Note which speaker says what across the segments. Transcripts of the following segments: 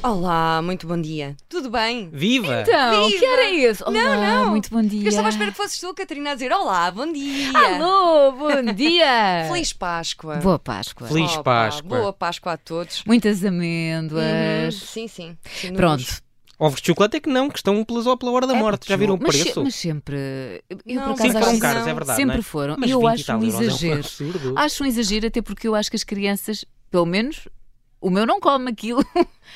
Speaker 1: Olá, muito bom dia. Tudo bem?
Speaker 2: Viva!
Speaker 3: Então,
Speaker 1: Viva!
Speaker 3: que era isso? Olá,
Speaker 1: não.
Speaker 3: muito bom dia.
Speaker 1: Eu estava à espera que fosses tu, Catarina, a dizer olá, bom dia.
Speaker 3: Alô, bom dia.
Speaker 1: Feliz Páscoa.
Speaker 3: Boa Páscoa.
Speaker 2: Feliz-
Speaker 1: Opa,
Speaker 2: Páscoa.
Speaker 1: Boa Páscoa a todos.
Speaker 3: Muitas
Speaker 1: Uhum,
Speaker 3: amêndoas.
Speaker 1: Sim, sim. Sem números.
Speaker 3: Pronto.
Speaker 2: Ovos de chocolate é que não, que estão pelas, pela hora da morte. Já viram o
Speaker 3: É, mas, se-
Speaker 2: preço?
Speaker 3: mas sempre. Eu,
Speaker 1: Não,
Speaker 3: por acaso,
Speaker 2: Sim,
Speaker 1: mas
Speaker 2: foram
Speaker 1: acho-
Speaker 2: caros,
Speaker 1: não,
Speaker 2: é verdade.
Speaker 3: sempre
Speaker 2: não é?
Speaker 3: foram.
Speaker 2: Mas
Speaker 3: E eu
Speaker 2: 20
Speaker 3: acho
Speaker 2: tal
Speaker 3: um
Speaker 2: euros é
Speaker 3: exagero.
Speaker 2: absurdo.
Speaker 3: Acho um exagero, até porque eu acho que as crianças, pelo menos. O meu não come aquilo.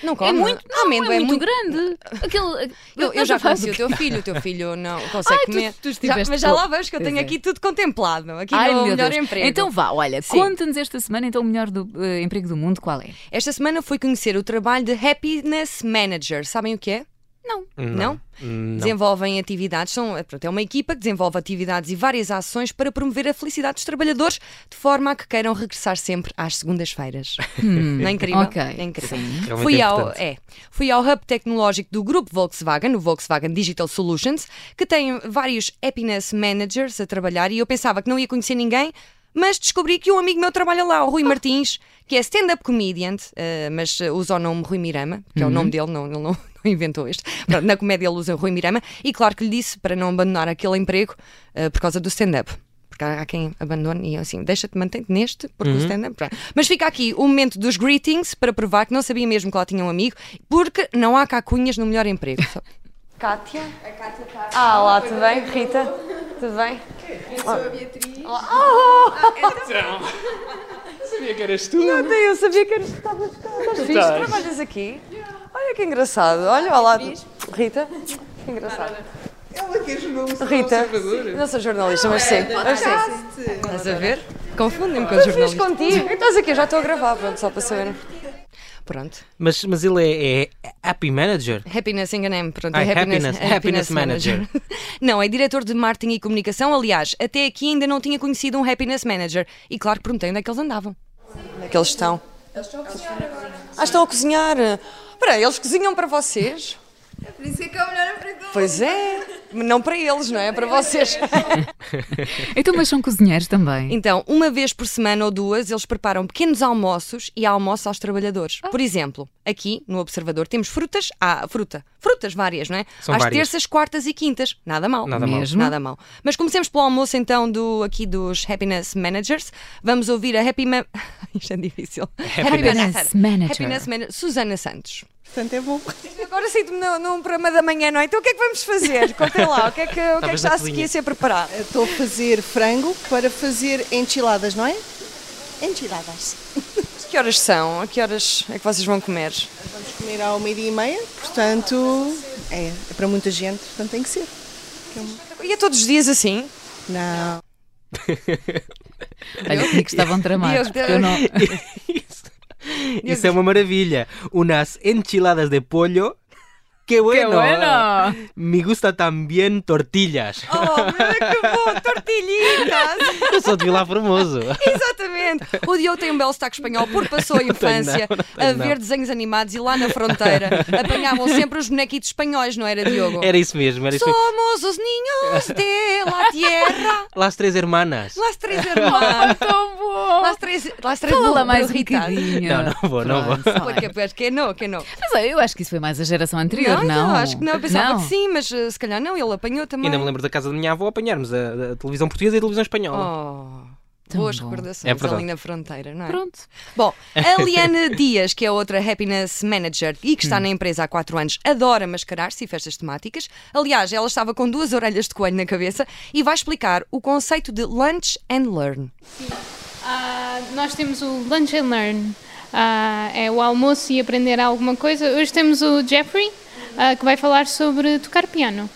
Speaker 1: Não come.
Speaker 3: É muito,
Speaker 1: não,
Speaker 3: é, muito, grande. Aquele,
Speaker 1: Então Eu, eu já conheci o teu filho, o teu filho não consegue
Speaker 3: Ai, tu-
Speaker 1: comer.
Speaker 3: tu
Speaker 1: Já-
Speaker 3: estiveste
Speaker 1: mas já
Speaker 3: com-
Speaker 1: lá vamos que eu
Speaker 3: Pois
Speaker 1: tenho
Speaker 3: é.
Speaker 1: aqui tudo contemplado. Aqui
Speaker 3: Ai,
Speaker 1: no
Speaker 3: meu
Speaker 1: melhor
Speaker 3: Deus.
Speaker 1: emprego.
Speaker 3: Então vá, olha,
Speaker 1: Sim.
Speaker 3: conta-nos esta semana então o melhor do, eh, emprego do mundo qual é?
Speaker 1: Esta semana fui conhecer o trabalho de Happiness Manager. Sabem o que é?
Speaker 3: Não.
Speaker 1: Não?
Speaker 2: Não.
Speaker 1: Desenvolvem atividades, são, é, pronto, é uma equipa que desenvolve atividades e várias ações para promover a felicidade dos trabalhadores, de forma a que queiram regressar sempre às segundas-feiras. Não é incrível?
Speaker 3: Hum. Ok.
Speaker 1: É incrível.
Speaker 3: Sim.
Speaker 2: Realmente
Speaker 1: Fui
Speaker 2: é
Speaker 1: ao,
Speaker 2: importante.
Speaker 1: é, fui ao hub tecnológico do grupo Volkswagen, o Volkswagen Digital Solutions, que tem vários happiness managers a trabalhar e eu pensava que não ia conhecer ninguém, mas descobri que um amigo meu trabalha lá, o Rui Martins, que é stand-up comedian, eh, mas eh, usa o nome Rui Mirama, que é o nome dele, não, ele não, não inventou este. Pronto, na comédia ele usa o Rui Mirama e claro que lhe disse para não abandonar aquele emprego eh, por causa do stand-up. Porque há há quem abandone e eu assim, deixa-te, mantém-te neste, porque o stand-up. pronto. Mas fica aqui o momento dos greetings para provar que não sabia mesmo que lá tinha um amigo, porque não há cacunhas no melhor emprego. Só- Cátia? A Cátia Ah, olá, tudo bem? Rita? Tudo bem?
Speaker 4: Sabia que eras tu?
Speaker 1: Nada, eu sabia que eras estavas cá. Estás fixe?
Speaker 4: estás?
Speaker 1: Trabalhas aqui? Olha que engraçado. Olha, olá, Rita. Que engraçado.
Speaker 4: Ela queres o meu
Speaker 1: Rita, não sou jornalista, mas sei. Mas sei. Estás a ver? Confundem-me com os jornalistas. contigo. Estás aqui, eu já estou a gravar, pronto, só para saber. Pronto.
Speaker 2: Mas, mas ele é, é Happy Manager?
Speaker 1: Happiness enganei-me, pronto. é
Speaker 2: Ai,
Speaker 1: happiness,
Speaker 2: Ah, happiness- happiness manager.
Speaker 1: não, é diretor de marketing e comunicação. Aliás, até aqui ainda não tinha conhecido um happiness manager. E claro que perguntei onde é que eles andavam. Onde é que eles estão? Eles estão a cozinhar agora. Ah, estão a cozinhar. Espera, aí, eles cozinham para vocês?
Speaker 5: Por isso é que é o melhor emprego.
Speaker 1: Pois é. Não para eles, não é? É Para vocês.
Speaker 3: Então, mas são cozinheiros também.
Speaker 1: Então, uma vez por semana ou duas, eles preparam pequenos almoços e almoço aos trabalhadores.
Speaker 3: Ah.
Speaker 1: Por exemplo, aqui no Observador temos frutas, ah, fruta, frutas várias, não é?
Speaker 2: São
Speaker 1: Às
Speaker 2: várias.
Speaker 1: terças, quartas e quintas. Nada mal.
Speaker 2: Nada mal.
Speaker 3: Mesmo.
Speaker 1: Nada mal. Mas comecemos pelo almoço então do aqui dos Happiness Managers. Vamos ouvir a Happy Ma... Isto é difícil.
Speaker 3: Happiness Manager.
Speaker 1: Happiness Manager. Susana Santos.
Speaker 4: Portanto, é bom.
Speaker 1: Agora sinto-me no- num programa da manhã, não é? Então o que é que vamos fazer? Contem lá, o que é que, o que, é que
Speaker 2: Talvez
Speaker 1: está
Speaker 2: na
Speaker 1: a
Speaker 2: cozinha.
Speaker 1: seguir a ser preparado?
Speaker 4: Estou a fazer frango para fazer enchiladas, não é? Enchiladas.
Speaker 1: Que horas são? A que horas é que vocês vão comer?
Speaker 4: Vamos comer ao meio-dia e meia, portanto, é, é para muita gente, portanto tem que ser.
Speaker 1: E é todos os dias assim?
Speaker 4: Não.
Speaker 3: Olha, tinha que estavam
Speaker 1: Deus,
Speaker 3: tramados. porque eu não...
Speaker 2: Isso, isso é uma maravilha. Unas enchiladas de pollo. Que bueno.
Speaker 3: bueno.
Speaker 2: Me gusta também tortillas.
Speaker 1: Oh, meu, que bom, tortilhitas!
Speaker 3: Oh.
Speaker 2: Eu sou de Vila Formoso.
Speaker 1: Exatamente! O Diogo tem um belo sotaque espanhol porque passou a infância
Speaker 2: não, não
Speaker 1: a
Speaker 2: tenho,
Speaker 1: ver
Speaker 2: não.
Speaker 1: desenhos animados e lá na fronteira apanhavam sempre os bonequitos espanhóis, não era, Diogo?
Speaker 2: Era isso mesmo, era isso mesmo.
Speaker 1: Somos os ninhos de la tierra,
Speaker 2: Las Três Hermanas.
Speaker 1: las tres hermanas,
Speaker 3: Tão bom.
Speaker 1: las tres, las tres
Speaker 3: Fala
Speaker 1: burras
Speaker 3: mais um
Speaker 1: irritadas.
Speaker 3: bocadinho.
Speaker 2: Não, não vou, não vou.
Speaker 3: Pronto,
Speaker 1: Porque, pois, que é, não, que não.
Speaker 3: Mas olha, eu acho que isso foi mais a geração anterior, não?
Speaker 1: não, acho que não. Eu pensava
Speaker 3: Não.
Speaker 1: que sim, mas eh, se calhar não, ele apanhou também.
Speaker 2: Ainda me lembro da casa da minha avó apanharmos a, a televisão portuguesa e a televisão espanhola.
Speaker 1: Oh, boas
Speaker 3: bom.
Speaker 2: É
Speaker 1: recordações
Speaker 2: verdade.
Speaker 1: ali na fronteira, não é?
Speaker 3: Pronto.
Speaker 1: Bom, a Liane Dias, que é outra happiness manager e que está
Speaker 2: Hum.
Speaker 1: na empresa há 4 anos, adora mascarar-se e festas temáticas. Aliás, ela estava com duas orelhas de coelho na cabeça e vai explicar o conceito de lunch and learn.
Speaker 6: Ah, nós temos o Lunch and Learn, Ah, é o almoço e aprender alguma coisa. Hoje temos o Jeffrey, ah, que vai falar sobre tocar piano.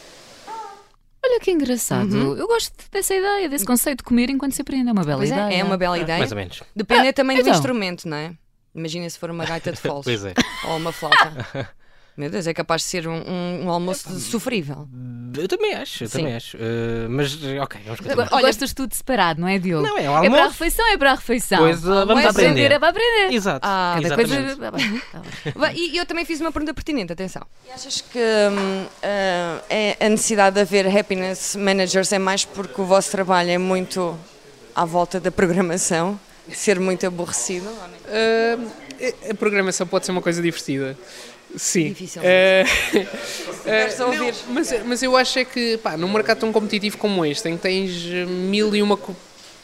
Speaker 3: Olha que engraçado. Eu gosto dessa ideia, desse conceito de comer enquanto se aprende. É uma bela
Speaker 1: Uhum. Pois
Speaker 3: ideia.
Speaker 1: é, é uma bela ideia.
Speaker 2: Mais ou menos.
Speaker 1: Depende também do
Speaker 3: então.
Speaker 1: instrumento, não é? Imagina se for uma gaita de foles
Speaker 2: Pois é.
Speaker 1: ou uma flauta. Meu Deus, é capaz de ser um, um- um almoço sofrível.
Speaker 2: Eu também acho, eu também acho. Eh, mas, eh, ok, vamos continuar.
Speaker 3: Olha, Gostas tudo separado, não é, Diogo?
Speaker 2: Não, é o
Speaker 3: É para a
Speaker 2: almoço.
Speaker 3: refeição, é para a refeição.
Speaker 2: Pois, ah, vamos
Speaker 3: Vai
Speaker 2: aprender.
Speaker 3: É para aprender.
Speaker 2: Exato.
Speaker 1: Ah,
Speaker 3: Cada
Speaker 2: exatamente.
Speaker 3: coisa. Tá bem, tá bem.
Speaker 1: Vai, E eu também fiz uma pergunta pertinente, atenção. E achas que hum, ah, é a necessidade de haver happiness managers é mais porque o vosso trabalho é muito à volta da programação, de ser muito aborrecido?
Speaker 7: Ah, a programação pode ser uma coisa divertida, Sim.
Speaker 1: Difícil.
Speaker 7: Eh, eh,
Speaker 1: só ouvir.
Speaker 7: não, mas, mas eu acho é que, pá, num mercado tão competitivo como este, em que tens eh, mil e uma co-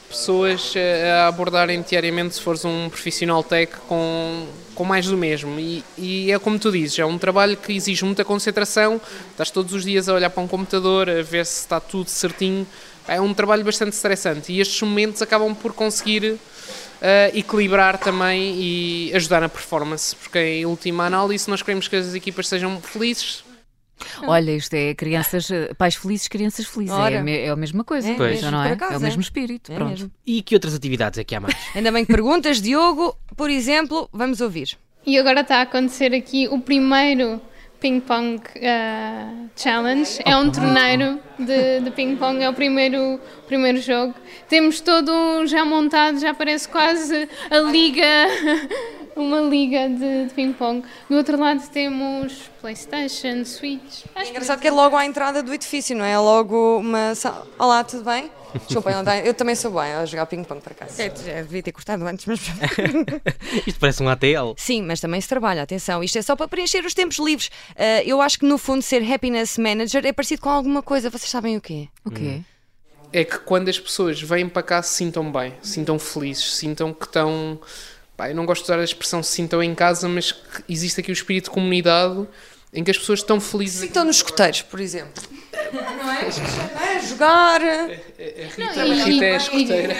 Speaker 7: pessoas eh, a abordarem diariamente, se fores um profissional tech, com, com mais do mesmo. E, e é como tu dizes, é um trabalho que exige muita concentração, estás todos os dias a olhar para um computador, a ver se está tudo certinho. É um trabalho bastante estressante e estes momentos acabam por conseguir eh, equilibrar também e ajudar na performance, porque em última análise nós queremos que as equipas sejam felizes.
Speaker 3: Olha, isto é crianças, eh, pais felizes, crianças felizes. É,
Speaker 1: Ora.
Speaker 3: a me- é a mesma coisa,
Speaker 1: É
Speaker 2: Pois.
Speaker 3: já não
Speaker 1: mesmo,
Speaker 3: é?
Speaker 1: por acaso,
Speaker 3: é o
Speaker 1: é.
Speaker 3: mesmo espírito.
Speaker 1: É
Speaker 3: pronto.
Speaker 1: mesmo.
Speaker 2: E que outras atividades é que há mais?
Speaker 1: Ainda bem que perguntas, Diogo, por exemplo, vamos ouvir.
Speaker 6: E agora está a acontecer aqui o primeiro Ping Pong ah, Challenge. É um torneiro de, de ping pong, é o primeiro, primeiro jogo. Temos todo um já montado, já parece quase a liga, uma liga de, de ping pong. Do outro lado temos Playstation, Switch.
Speaker 1: É engraçado que é logo à entrada do edifício, não é? É logo uma sala. Olá, tudo bem? Desculpem, não tenho- eu também sou bem a jogar ping-pong para cá. É, devia ter cortado antes, mas.
Speaker 2: Isto parece um ATL.
Speaker 1: Sim, mas também se trabalha, atenção. Isto é só para preencher os tempos livres. Ah, eu acho que no fundo ser happiness manager é parecido com alguma coisa, vocês sabem o quê?
Speaker 3: O
Speaker 1: Hum.
Speaker 3: quê?
Speaker 7: É que quando as pessoas vêm para cá se sintam bem, se sintam felizes, se sintam que estão. Pá, eu não gosto de usar a expressão se sintam em casa, mas que existe aqui o espírito de comunidade em que as pessoas estão felizes.
Speaker 1: Então nos escoteiros, por exemplo. Não é? É jogar.
Speaker 7: A Rita é escoteira.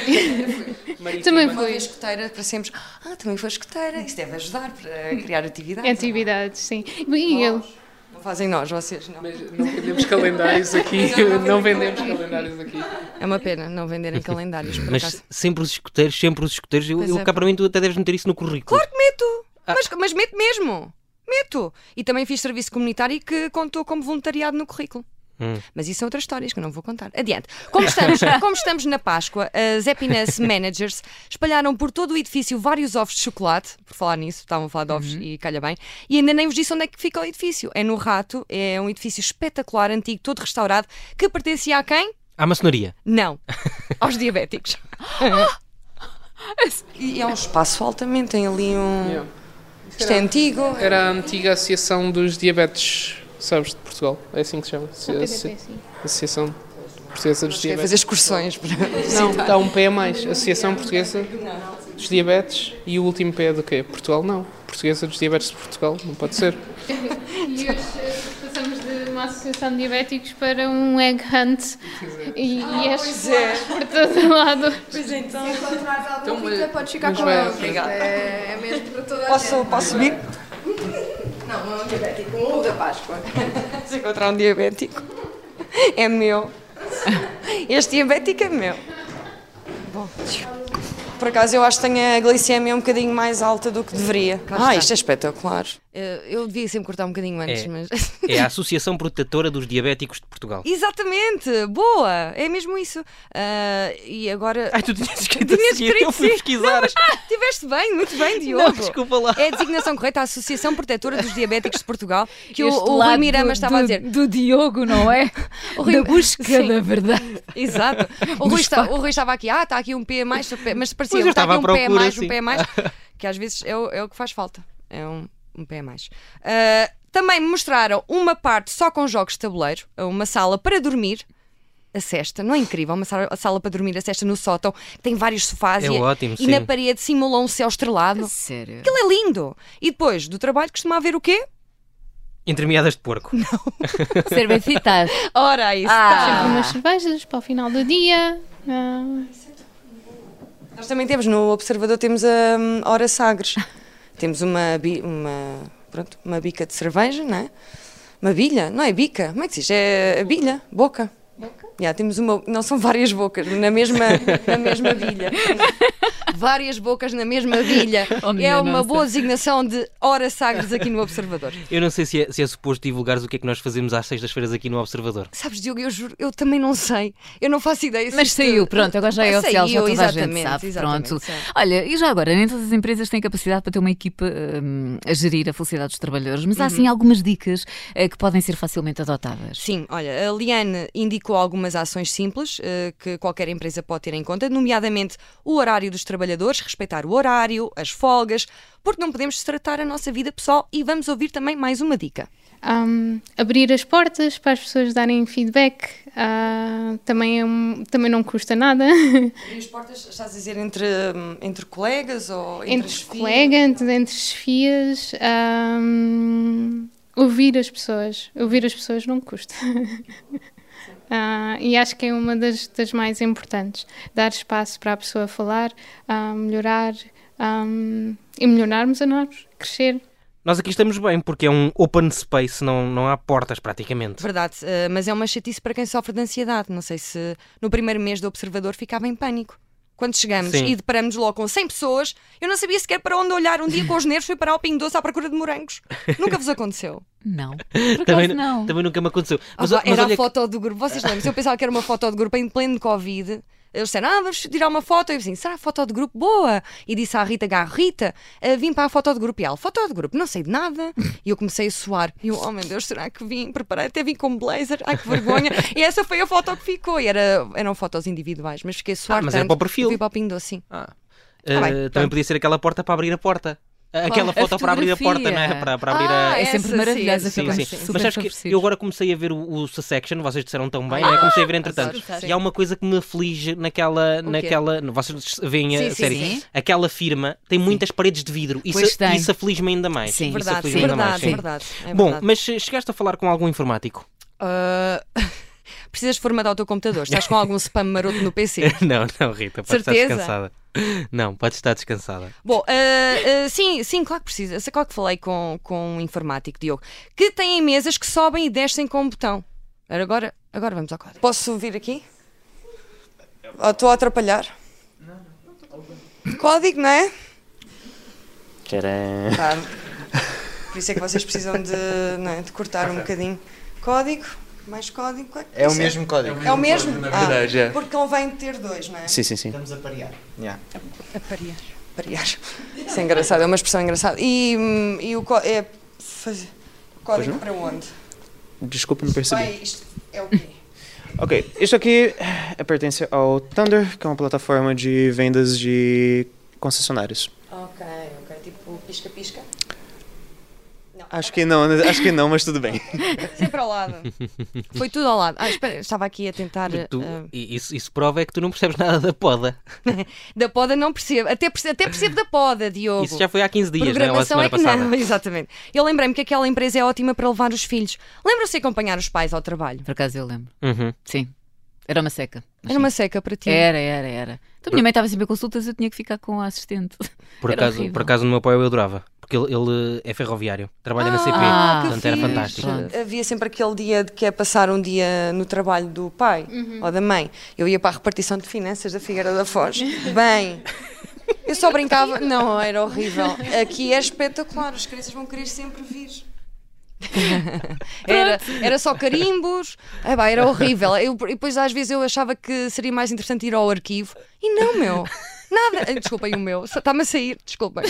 Speaker 6: Também
Speaker 1: Uma vez
Speaker 6: foi.
Speaker 1: escoteira para sempre. Ah, também foi escoteira. Isso deve ajudar para criar atividades.
Speaker 6: Atividades, sim. E eu,
Speaker 1: Não fazem Ah, tá nós, vocês não.
Speaker 7: Mas Não vendemos calendários aqui. Não vendemos calendários aqui.
Speaker 1: É uma pena não venderem calendários, por acaso.
Speaker 2: Mas sempre os escuteiros, sempre os escuteiros. Eu,
Speaker 1: Pois
Speaker 2: eu
Speaker 1: é.
Speaker 2: cá para mim, tu até deves meter isso no currículo.
Speaker 1: Claro que meto! Mas, mas meto mesmo! Meto! E também fiz serviço comunitário que contou como voluntariado no currículo.
Speaker 2: Hum.
Speaker 1: Mas isso são outras histórias que eu não vou contar. Adiante. Como estamos, como estamos na Páscoa, as Happiness Managers espalharam por todo o edifício vários ovos de chocolate. Por falar nisso, estavam a falar de ovos e calha bem. E ainda nem vos disse onde é que fica o edifício. É no Rato, é um edifício espetacular, antigo, todo restaurado, que pertencia a quem?
Speaker 2: Há maçonaria.
Speaker 1: Não. Aos diabéticos. e é um espaço altamente, tem ali um.
Speaker 7: Yeah.
Speaker 1: Isto é antigo.
Speaker 7: Era a antiga Associação dos Diabetes, sabes, de Portugal. É assim que se chama.
Speaker 6: PDP, sim.
Speaker 7: Associação Portuguesa dos
Speaker 1: Quer
Speaker 7: Diabetes.
Speaker 1: fazer excursões. para-
Speaker 7: Não, está um pé a mais. Associação Portuguesa dos Diabetes e o último pé é do quê? Portugal não. Portuguesa dos Diabetes de Portugal, não pode ser.
Speaker 6: E hoje eh, passamos de uma associação de diabéticos para um egg hunt e, e as pessoas por todo lado.
Speaker 5: Se encontrares alguma
Speaker 7: Então,
Speaker 5: fita,
Speaker 7: mas-
Speaker 5: podes ficar
Speaker 7: mas
Speaker 5: com
Speaker 7: vai à
Speaker 5: ela.
Speaker 7: frente.
Speaker 5: É, é mesmo para toda a
Speaker 1: Posso,
Speaker 5: gente.
Speaker 1: posso subir?
Speaker 5: Não, não é um diabético, um ovo da Páscoa.
Speaker 1: Se encontrar um diabético. É meu. Este diabético é meu. Bom. Por acaso eu acho que tenho a glicemia um bocadinho mais alta do que deveria. Ah, isto é espetacular. Eu devia sempre cortar um bocadinho antes,
Speaker 2: É.
Speaker 1: mas.
Speaker 2: É a Associação Protetora dos Diabéticos de Portugal.
Speaker 1: Exatamente! Boa! É mesmo isso. Ah, e agora.
Speaker 2: Ai, tu tinhas escrito
Speaker 1: Tinha
Speaker 2: a seguir,
Speaker 1: escrito,
Speaker 2: eu fui
Speaker 1: sim. ah,
Speaker 2: pesquisar.
Speaker 1: Tiveste bem, muito bem, Diogo.
Speaker 2: desculpa lá.
Speaker 1: É a designação correta, a Associação Protetora dos Diabéticos de Portugal, que o,
Speaker 3: Este
Speaker 1: o Rui
Speaker 3: lado
Speaker 1: Mirama
Speaker 3: do-
Speaker 1: estava a
Speaker 3: do-
Speaker 1: dizer.
Speaker 3: Do Diogo, não é?
Speaker 1: Rui-
Speaker 3: Da busca
Speaker 1: Sim.
Speaker 3: da verdade.
Speaker 1: Exato. O Rui,
Speaker 3: Dos
Speaker 1: está- o Rui estava aqui, ah, está aqui um pé a mais, um pé- mas parecia
Speaker 2: Pois eu
Speaker 1: está aqui
Speaker 2: estava à
Speaker 1: um pé a
Speaker 2: procura,
Speaker 1: mais, um
Speaker 2: sim.
Speaker 1: pé a mais, que às vezes é o, é o que faz falta. É um, um pé a mais. Ah, também me mostraram uma parte só com jogos de tabuleiro, uma sala para dormir. A cesta, não é incrível? Uma sala, a sala para dormir, a cesta no sótão, tem vários sofás
Speaker 2: É
Speaker 1: e,
Speaker 2: ótimo,
Speaker 1: e na
Speaker 2: sim.
Speaker 1: parede simulou um céu estrelado.
Speaker 3: Sério.
Speaker 1: Aquilo é lindo! E depois do trabalho costuma haver o quê?
Speaker 2: Entremeadas de porco.
Speaker 3: Cervecitas.
Speaker 1: Ora, aí
Speaker 3: Ah.
Speaker 1: está!
Speaker 6: Umas cervejas para o final do dia. Ah,
Speaker 1: Nós também temos no Observador temos a hum, Hora Sagres. temos uma, bi- uma, pronto, uma bica de cerveja, não é? Uma bilha, não é bica, como é que se diz? É a bilha, boca. Boca? temos uma, não são várias bocas na mesma, na mesma bilha. várias bocas na mesma bilha.
Speaker 3: Oh, minha
Speaker 1: é uma
Speaker 3: nossa.
Speaker 1: boa designação de Hora Sagres aqui no Observador.
Speaker 2: Eu não sei se é, se é suposto divulgares o que é que nós fazemos às sextas-feiras aqui no Observador.
Speaker 1: Sabes, Diogo, eu juro, eu também não sei. Eu não faço ideia. se
Speaker 3: Mas
Speaker 1: isto-
Speaker 3: saiu, pronto, agora já
Speaker 1: Saiu,
Speaker 3: é oficial, já toda a gente
Speaker 1: exatamente,
Speaker 3: sabe.
Speaker 1: exatamente,
Speaker 3: Pronto.
Speaker 1: sim.
Speaker 3: Olha, e já agora, nem todas as empresas têm capacidade para ter uma equipa hum, a gerir a felicidade dos trabalhadores, mas há assim algumas dicas eh, que podem ser facilmente adotadas.
Speaker 1: Sim, olha, a Liane indicou algumas ações simples eh, que qualquer empresa pode ter em conta, nomeadamente o horário dos trabalhadores. trabalhadores respeitar o horário, as folgas, porque não podemos tratar a nossa vida pessoal e vamos ouvir também mais uma dica.
Speaker 6: Um, abrir as portas para as pessoas darem feedback ah, também, é um- também não custa nada.
Speaker 1: E as portas, estás a dizer, entre, hum, entre colegas ou
Speaker 6: entre os colegas, entre, entre os fias, ahm, ouvir as pessoas. Ouvir as pessoas não custa. Ah, e acho que é uma das, das mais importantes. Dar espaço para a pessoa falar, ah, melhorar ahm, e melhorarmos a nós, crescer.
Speaker 2: Nós aqui estamos bem, porque é um open space, não, não há portas praticamente.
Speaker 1: Verdade, eh, mas é uma chatice para quem sofre de ansiedade. Não sei se no primeiro mês do observador ficava em pânico. Quando chegamos
Speaker 2: Sim.
Speaker 1: e deparamos logo com 100 pessoas, eu não sabia sequer para onde olhar. Um dia com os nervos fui parar ao Pingo Doce à procura de morangos. Nunca vos aconteceu.
Speaker 3: Não. Por
Speaker 2: Também,
Speaker 3: acaso não.
Speaker 2: também nunca me aconteceu.
Speaker 1: Ah,
Speaker 2: o-
Speaker 1: pá, era
Speaker 2: olha
Speaker 1: a
Speaker 2: que-
Speaker 1: foto do grupo. Vocês lembram? Eu pensava que era uma foto de grupo em pleno Covid. Eles disseram, ah, vamos tirar uma foto. Eu disse, assim, será a foto de grupo boa? E disse à Rita Garro, Rita, ah, vim para a foto de grupo. E ela, foto de grupo, não sei de nada. E eu comecei a suar. E eu, oh meu Deus, será que vim? Preparei, até vim com blazer. Ai, que vergonha. E essa foi a foto que ficou. E era, eram fotos individuais, mas fiquei a suar
Speaker 2: Ah, mas era
Speaker 1: tanto.
Speaker 2: para o perfil.
Speaker 1: Eu Fui para o Pingo Doce, sim.
Speaker 2: Ah,
Speaker 1: Tá bem,
Speaker 2: eh, também
Speaker 1: pronto.
Speaker 2: podia ser aquela porta para abrir a porta. Aquela
Speaker 3: a
Speaker 2: foto para abrir a porta, não é?
Speaker 3: fotografia.
Speaker 2: Para, para abrir
Speaker 1: Ah,
Speaker 2: a.
Speaker 3: É
Speaker 1: Essa,
Speaker 3: sempre maravilhosa.
Speaker 1: sim,
Speaker 2: Sim,
Speaker 3: também.
Speaker 2: sim.
Speaker 3: Super
Speaker 2: Mas sabes que
Speaker 3: favorecido.
Speaker 2: eu agora comecei a ver o, o Sussection, vocês disseram tão bem, né? comecei a ver entretanto.
Speaker 1: adoro.
Speaker 2: E há uma coisa que me aflige naquela. naquela vocês veem a
Speaker 1: Sim, sim,
Speaker 2: série.
Speaker 3: sim.
Speaker 2: Aquela firma tem muitas paredes de vidro. Isso,
Speaker 3: Pois tem.
Speaker 2: isso aflige-me ainda mais.
Speaker 3: Sim.
Speaker 2: Isso
Speaker 1: Verdade,
Speaker 2: aflige-me ainda mais,
Speaker 1: verdade,
Speaker 2: sim.
Speaker 1: verdade. É
Speaker 2: Bom,
Speaker 1: verdade.
Speaker 2: mas chegaste a falar com algum informático?
Speaker 1: Ah, precisas formatar o teu computador. Estás com algum spam maroto no PC?
Speaker 2: não, não, Rita, pode estar
Speaker 1: Certeza?
Speaker 2: descansada. Não, pode estar descansada.
Speaker 1: Bom, ah, ah, sim, sim, claro que precisa. Sei claro que falei com, com um informático, Diogo, que têm mesas que sobem e descem com um botão. Ora, Agora, agora vamos ao código. Posso vir aqui? Ou estou a atrapalhar? Código, não é?
Speaker 8: Tcharam.
Speaker 1: Tá. Por isso é que vocês precisam de, não é, de cortar um bocadinho. Código, mais código. claro que
Speaker 8: É o
Speaker 1: isso
Speaker 8: mesmo código.
Speaker 1: É o mesmo?
Speaker 8: na verdade, é.
Speaker 1: Porque convém ter dois, não é?
Speaker 8: Sim, sim, sim.
Speaker 1: Parear. Parear. Isso é engraçado, é uma expressão engraçada. E, hum, e o có- é faz- código para onde?
Speaker 8: Desculpa, não percebi.
Speaker 1: Vai, isto é o quê?
Speaker 8: Ok, isso aqui eh, pertence ao Thunder, que é uma plataforma de vendas de concessionários.
Speaker 1: ok, ok. Tipo pisca-pisca.
Speaker 8: Acho que não, né? acho que não, mas tudo bem.
Speaker 1: Sempre ao lado. Foi tudo ao lado. Ah, espera, estava aqui a tentar.
Speaker 2: Tu-
Speaker 1: ah,
Speaker 2: e isso, isso prova é que tu não percebes nada da poda.
Speaker 1: da poda não percebo. Até percebo, até percebo da poda, Diogo.
Speaker 2: Isso já foi há 15 dias, né? Ou a
Speaker 1: Programação
Speaker 2: semana
Speaker 1: é que
Speaker 2: passada.
Speaker 1: não, exatamente. Eu lembrei-me que aquela empresa é ótima para levar os filhos. Lembram-se de acompanhar os pais ao trabalho?
Speaker 3: Por acaso eu lembro.
Speaker 2: Uhum.
Speaker 3: Sim. Era uma seca.
Speaker 1: Era uma seca para ti.
Speaker 3: Era, era, era. Então, minha mãe estava sempre a consultas, eu tinha que ficar com a assistente.
Speaker 2: Por,
Speaker 3: Era
Speaker 2: acaso,
Speaker 3: horrível.
Speaker 2: por acaso no meu pai eu adorava. Porque ele, ele é ferroviário, trabalha na CP.
Speaker 3: Ah, que
Speaker 2: portanto era
Speaker 3: fixe.
Speaker 2: fantástico.
Speaker 3: Pronto.
Speaker 1: Havia sempre aquele dia de que é passar um dia no trabalho do pai
Speaker 3: Uhum.
Speaker 1: ou da mãe. Eu ia para a repartição de finanças da Figueira da Foz. Bem, eu só brincava. Não, era horrível. Aqui é espetacular, as crianças vão querer sempre vir. Era, era só carimbos, Ah, pá, era horrível. Eu, e depois às vezes eu achava que seria mais interessante ir ao arquivo e não, meu, nada. Ah, Desculpem o meu, só- está-me a sair, desculpem.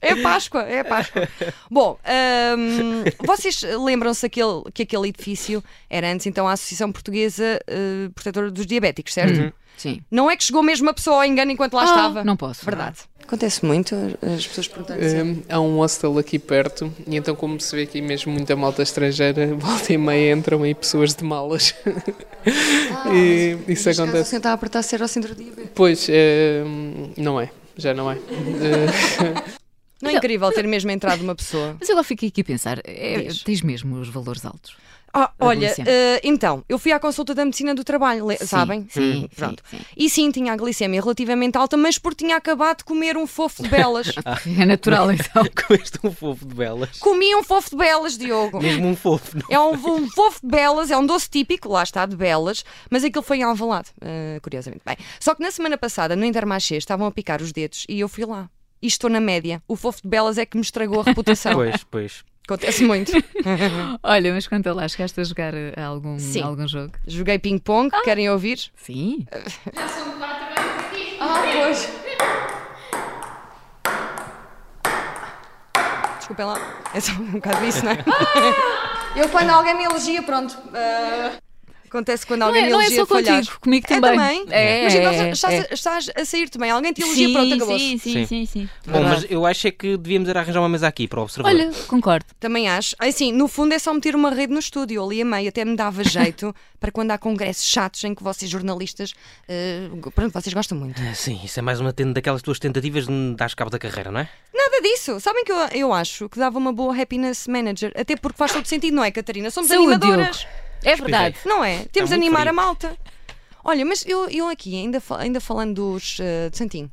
Speaker 1: É Páscoa, é Páscoa. Bom, ahm, vocês lembram-se daquele- que aquele edifício era antes então a Associação Portuguesa eh, Protetora dos Diabéticos, certo?
Speaker 3: Sim.
Speaker 1: Não é que chegou mesmo a pessoa ao engano enquanto lá
Speaker 3: Ah,
Speaker 1: estava?
Speaker 3: não posso.
Speaker 1: Verdade. Acontece muito as pessoas perguntarem
Speaker 7: Hum, há um hostel aqui perto e então como se vê aqui mesmo muita malta estrangeira, volta e meia entram aí pessoas de malas. e isso
Speaker 1: Caso o
Speaker 7: acontece.
Speaker 1: senhor está a apertar ser ao centro de diabetes.
Speaker 7: Pois, hum, não é, já não é.
Speaker 1: Não é incrível ter mesmo entrado uma pessoa?
Speaker 3: Mas eu agora fiquei aqui a pensar, é,
Speaker 1: Diz.
Speaker 3: tens mesmo os valores altos.
Speaker 1: Ah,
Speaker 3: A
Speaker 1: olha,
Speaker 3: glicemia.
Speaker 1: eh, então, eu fui à consulta da medicina do trabalho, le-
Speaker 3: Sim,
Speaker 1: Eh, sabem? Hum,
Speaker 3: sim, sim,
Speaker 1: pronto.
Speaker 3: sim.
Speaker 1: E sim, tinha a glicemia relativamente alta, mas porque tinha acabado de comer um fofo de belas.
Speaker 3: É natural, então.
Speaker 2: Comeste um fofo de belas.
Speaker 1: Comi um fofo de belas, Diogo.
Speaker 2: Mesmo um fofo. não?
Speaker 1: É um, um fofo de belas, é um doce típico, lá está, de belas, mas aquilo foi em Alvalade, eh, curiosamente. Bem, só que na semana passada, no Intermarché, estavam a picar os dedos e eu fui lá. E estou na média. O fofo de belas é que me estragou a reputação.
Speaker 2: Pois, pois.
Speaker 1: Acontece muito.
Speaker 3: Olha, mas conta lá, chegaste a jogar eh, algum,
Speaker 1: Sim.
Speaker 3: algum jogo?
Speaker 1: Joguei ping-pong,
Speaker 3: Ah.
Speaker 1: querem ouvir?
Speaker 3: Sim.
Speaker 1: Ah, pois. Desculpem lá, é só um bocado isso, não é? Eu quando alguém me elogia, pronto. ah, Acontece quando
Speaker 3: Não
Speaker 1: alguém
Speaker 3: é, não é
Speaker 1: elogia
Speaker 3: só contigo,
Speaker 1: falhar.
Speaker 3: comigo
Speaker 1: É
Speaker 3: também.
Speaker 1: também.
Speaker 3: É,
Speaker 1: Mas
Speaker 3: é,
Speaker 1: então,
Speaker 3: é.
Speaker 1: estás, estás a sair também. Alguém te elogia, pronto, acabou
Speaker 3: sim, sim,
Speaker 2: Sim.
Speaker 3: sim, sim.
Speaker 2: Bom, mas eu acho é que devíamos era arranjar uma mesa aqui para o observador.
Speaker 3: Olha, concordo.
Speaker 1: Também acho. Assim, no fundo é só meter uma rede no estúdio, ali a meio. Até me dava jeito para quando há congressos chatos em que vocês, jornalistas, eh, pronto, vocês gostam muito.
Speaker 2: Ah, Sim, isso é mais uma ten- daquelas tuas tentativas de me dares cabo da carreira, não é?
Speaker 1: Nada disso. Sabem que eu, eu acho que dava uma boa happiness manager. Até porque faz todo sentido, não é, Catarina? Somos
Speaker 3: Saúde,
Speaker 1: animadoras.
Speaker 3: Diogo. É verdade.
Speaker 1: Não é? Temos de
Speaker 2: muito
Speaker 1: animar
Speaker 2: frio.
Speaker 1: a malta. Olha, mas eu, eu aqui, ainda, fa- ainda falando dos. eh, de Santinho.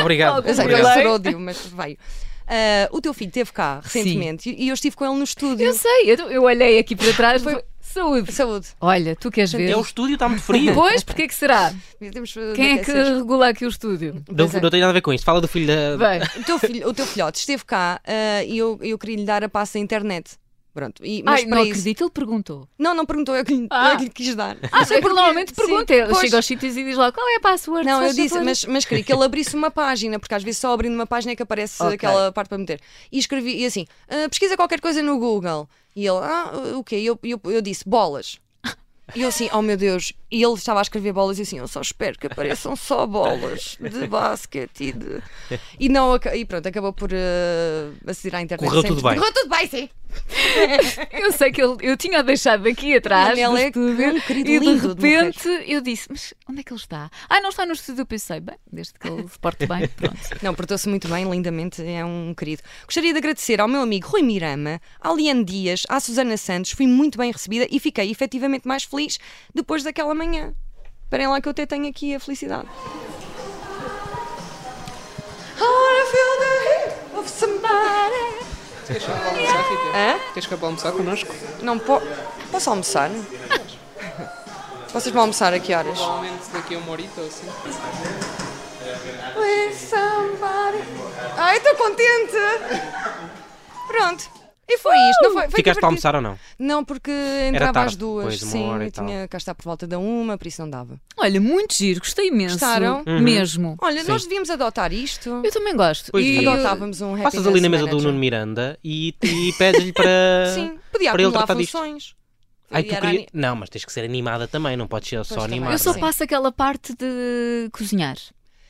Speaker 2: Obrigado.
Speaker 3: Um
Speaker 1: Eu sei que
Speaker 2: obrigado.
Speaker 1: vai ser ódio, mas veio. Ah, o teu filho esteve cá recentemente e- e eu estive com ele no estúdio.
Speaker 3: Eu sei, eu, eu olhei aqui para trás.
Speaker 1: Foi-
Speaker 3: Saúde.
Speaker 1: Saúde.
Speaker 3: Olha, tu queres ver?
Speaker 2: É o estúdio, está muito frio.
Speaker 3: Pois, porque é que será?
Speaker 1: Temos, eh,
Speaker 3: Quem
Speaker 1: de
Speaker 3: é que
Speaker 1: aquecer.
Speaker 3: regula aqui o estúdio?
Speaker 2: Não,
Speaker 1: Pois é.
Speaker 2: não tem nada a ver com isto. Fala do filho da.
Speaker 3: Bem,
Speaker 1: O teu, filho, o teu filhote esteve cá ah, e eu, eu queria lhe dar a passa à internet. Pronto. E, mas
Speaker 3: ai,
Speaker 1: para
Speaker 3: não
Speaker 1: isso.
Speaker 3: acredito, ele perguntou.
Speaker 1: Não, não perguntou, eu que lhe,
Speaker 3: Ah.
Speaker 1: eu que lhe quis dar.
Speaker 3: Ah, sim, normalmente
Speaker 1: Sim,
Speaker 3: pergunta. Ele
Speaker 1: pois.
Speaker 3: chega aos sítios e diz logo qual é a password.
Speaker 1: Não,
Speaker 3: se
Speaker 1: eu
Speaker 3: faz
Speaker 1: disse,
Speaker 3: favor.
Speaker 1: mas, mas queria que ele abrisse uma página, porque às vezes só abrindo uma página é que aparece
Speaker 3: Ok.
Speaker 1: aquela parte para meter. E escrevi e assim: "Ah, pesquisa qualquer coisa no Google. E ele, ah, o quê? E eu, eu, eu disse: bolas. E eu assim, oh meu Deus, e ele estava a escrever bolas e eu assim, eu só espero que apareçam só bolas de basquete e de. E, não, aca- e pronto, acabou por ah, aceder à internet.
Speaker 2: Correu
Speaker 1: sem-
Speaker 2: tudo bem.
Speaker 1: Correu tudo bem, sim.
Speaker 3: Eu sei que ele, eu tinha deixado aqui atrás.
Speaker 1: Manel
Speaker 3: do
Speaker 1: é
Speaker 3: estúdio,
Speaker 1: um querido
Speaker 3: e de
Speaker 1: lindo de morrer.
Speaker 3: repente eu disse: Mas onde é que ele está? Ah, não está no estúdio. Eu pensei: Bem, desde que ele se porte bem, pronto.
Speaker 1: Não, portou-se muito bem, lindamente, é um querido. Gostaria de agradecer ao meu amigo Rui Mirama, à Liane Dias, à Susana Santos, fui muito bem recebida e fiquei efetivamente mais feliz depois daquela manhã. Esperem lá que eu até tenho aqui a felicidade.
Speaker 7: Queres que vá almoçar, Rita?
Speaker 1: Hã?
Speaker 7: Queres que vá almoçar connosco?
Speaker 1: Não po posso almoçar? Vocês vão almoçar a que horas?
Speaker 7: Provavelmente daqui a uma horita ou assim.
Speaker 1: Ai, estou contente! Pronto. E foi isto, não foi? foi
Speaker 2: Ficaste
Speaker 1: é divertido.
Speaker 2: a almoçar ou não?
Speaker 1: Não, porque entrava
Speaker 2: tarde,
Speaker 1: às duas,
Speaker 2: depois de uma
Speaker 1: sim,
Speaker 2: hora e
Speaker 1: eu
Speaker 2: tal.
Speaker 1: tinha cá estar por volta da uma, por isso não dava.
Speaker 3: Olha, muito giro, gostei imenso.
Speaker 1: Gostaram?
Speaker 2: Uhum.
Speaker 3: Mesmo.
Speaker 1: Olha, nós devíamos adotar isto.
Speaker 3: Eu também gosto.
Speaker 2: Pois
Speaker 3: e
Speaker 2: é.
Speaker 1: Adotávamos um happiness
Speaker 2: Passas ali na mesa do
Speaker 1: manager.
Speaker 2: Nuno Miranda e, e pedes-lhe para.
Speaker 1: Sim, podia
Speaker 2: para ele
Speaker 1: acumular
Speaker 2: tratar disto.
Speaker 1: funções.
Speaker 2: Ai, tu
Speaker 1: Era
Speaker 2: queria...
Speaker 1: ani-
Speaker 2: Não, mas tens que ser animada também, não é? podes ser só
Speaker 1: também.
Speaker 2: animada.
Speaker 3: eu só
Speaker 1: Sim.
Speaker 3: passo aquela parte de cozinhar.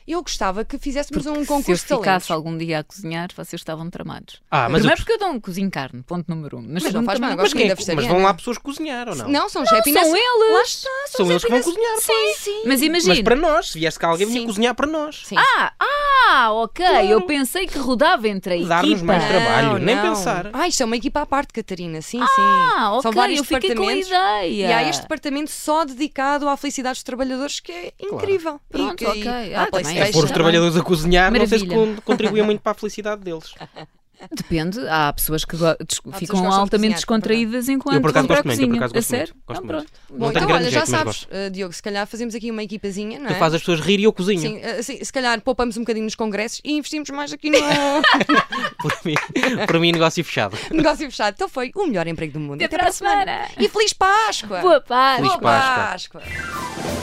Speaker 1: Eu gostava que fizéssemos
Speaker 3: Porque
Speaker 1: um
Speaker 3: se eu
Speaker 1: concurso de talentos.
Speaker 3: ficasse algum dia a cozinhar, vocês estavam tramados.
Speaker 2: Ah, mas,
Speaker 3: Primeiro
Speaker 2: eu-
Speaker 3: porque eu não cozinho carne, ponto número um. Mas,
Speaker 1: Mas não
Speaker 3: segundo
Speaker 1: faz
Speaker 3: também
Speaker 1: mal,
Speaker 3: não
Speaker 1: agora
Speaker 2: mas, quem é
Speaker 1: comida
Speaker 2: que- mas vão
Speaker 1: vegetariana.
Speaker 2: lá pessoas cozinhar ou não?
Speaker 1: Não, são
Speaker 3: Não,
Speaker 1: happiness.
Speaker 3: são eles.
Speaker 1: Lá está, são,
Speaker 2: São eles que vão
Speaker 1: happiness-
Speaker 2: cozinhar.
Speaker 1: Sim, sim.
Speaker 3: assim. Mas imagina.
Speaker 2: Mas para nós, se viesse cá alguém, vinha
Speaker 1: Sim.
Speaker 2: cozinhar para nós.
Speaker 1: Sim.
Speaker 3: Ah, ah, ok. Eu pensei que rodava entre a
Speaker 2: Dar-nos
Speaker 3: equipa.
Speaker 2: mais trabalho, nem
Speaker 1: não.
Speaker 2: pensar.
Speaker 1: Ah, isto é uma equipa à parte, Catarina. Sim,
Speaker 3: Ah,
Speaker 1: sim.
Speaker 3: ok.
Speaker 1: São vários
Speaker 3: eu fiquei com a
Speaker 1: departamentos.
Speaker 3: ideia.
Speaker 1: E há este departamento só dedicado à felicidade dos trabalhadores, que é incrível.
Speaker 3: Pronto,
Speaker 1: e que,
Speaker 3: ok.
Speaker 1: E,
Speaker 3: Ah,
Speaker 1: à
Speaker 3: também.
Speaker 1: PlayStation.
Speaker 2: É pôr os
Speaker 3: Também.
Speaker 2: trabalhadores a cozinhar, não sei se
Speaker 3: Maravilha.
Speaker 2: con- contribuía muito para a felicidade deles.
Speaker 3: Depende, há pessoas que go- des-
Speaker 1: pessoas
Speaker 3: ficam
Speaker 1: que gostam de
Speaker 3: altamente
Speaker 1: cozinhar,
Speaker 3: descontraídas enquanto
Speaker 2: Eu por acaso
Speaker 3: vão para a
Speaker 2: gosto muito, eu por
Speaker 3: cozinha.
Speaker 2: acaso
Speaker 3: a
Speaker 2: gosto
Speaker 3: sério?
Speaker 2: muito. Gosto
Speaker 3: Não,
Speaker 2: muito.
Speaker 3: pronto.
Speaker 1: Bom,
Speaker 2: Não tenho
Speaker 1: então,
Speaker 2: grande
Speaker 1: olha, já
Speaker 2: jeito, mas
Speaker 1: sabes, eh, Diogo, se calhar fazemos aqui uma equipazinha, não é?
Speaker 2: Tu fazes as pessoas rir e eu cozinho.
Speaker 1: Sim, eh, sim, se calhar poupamos um bocadinho nos congressos e investimos mais aqui no
Speaker 2: Por mim, por mim, negócio é fechado.
Speaker 1: negócio fechado. Então foi o melhor emprego do mundo.
Speaker 3: Até para a semana.
Speaker 1: E feliz Páscoa!
Speaker 3: Boa paz.
Speaker 2: Feliz
Speaker 1: Boa
Speaker 2: Páscoa.
Speaker 1: Páscoa.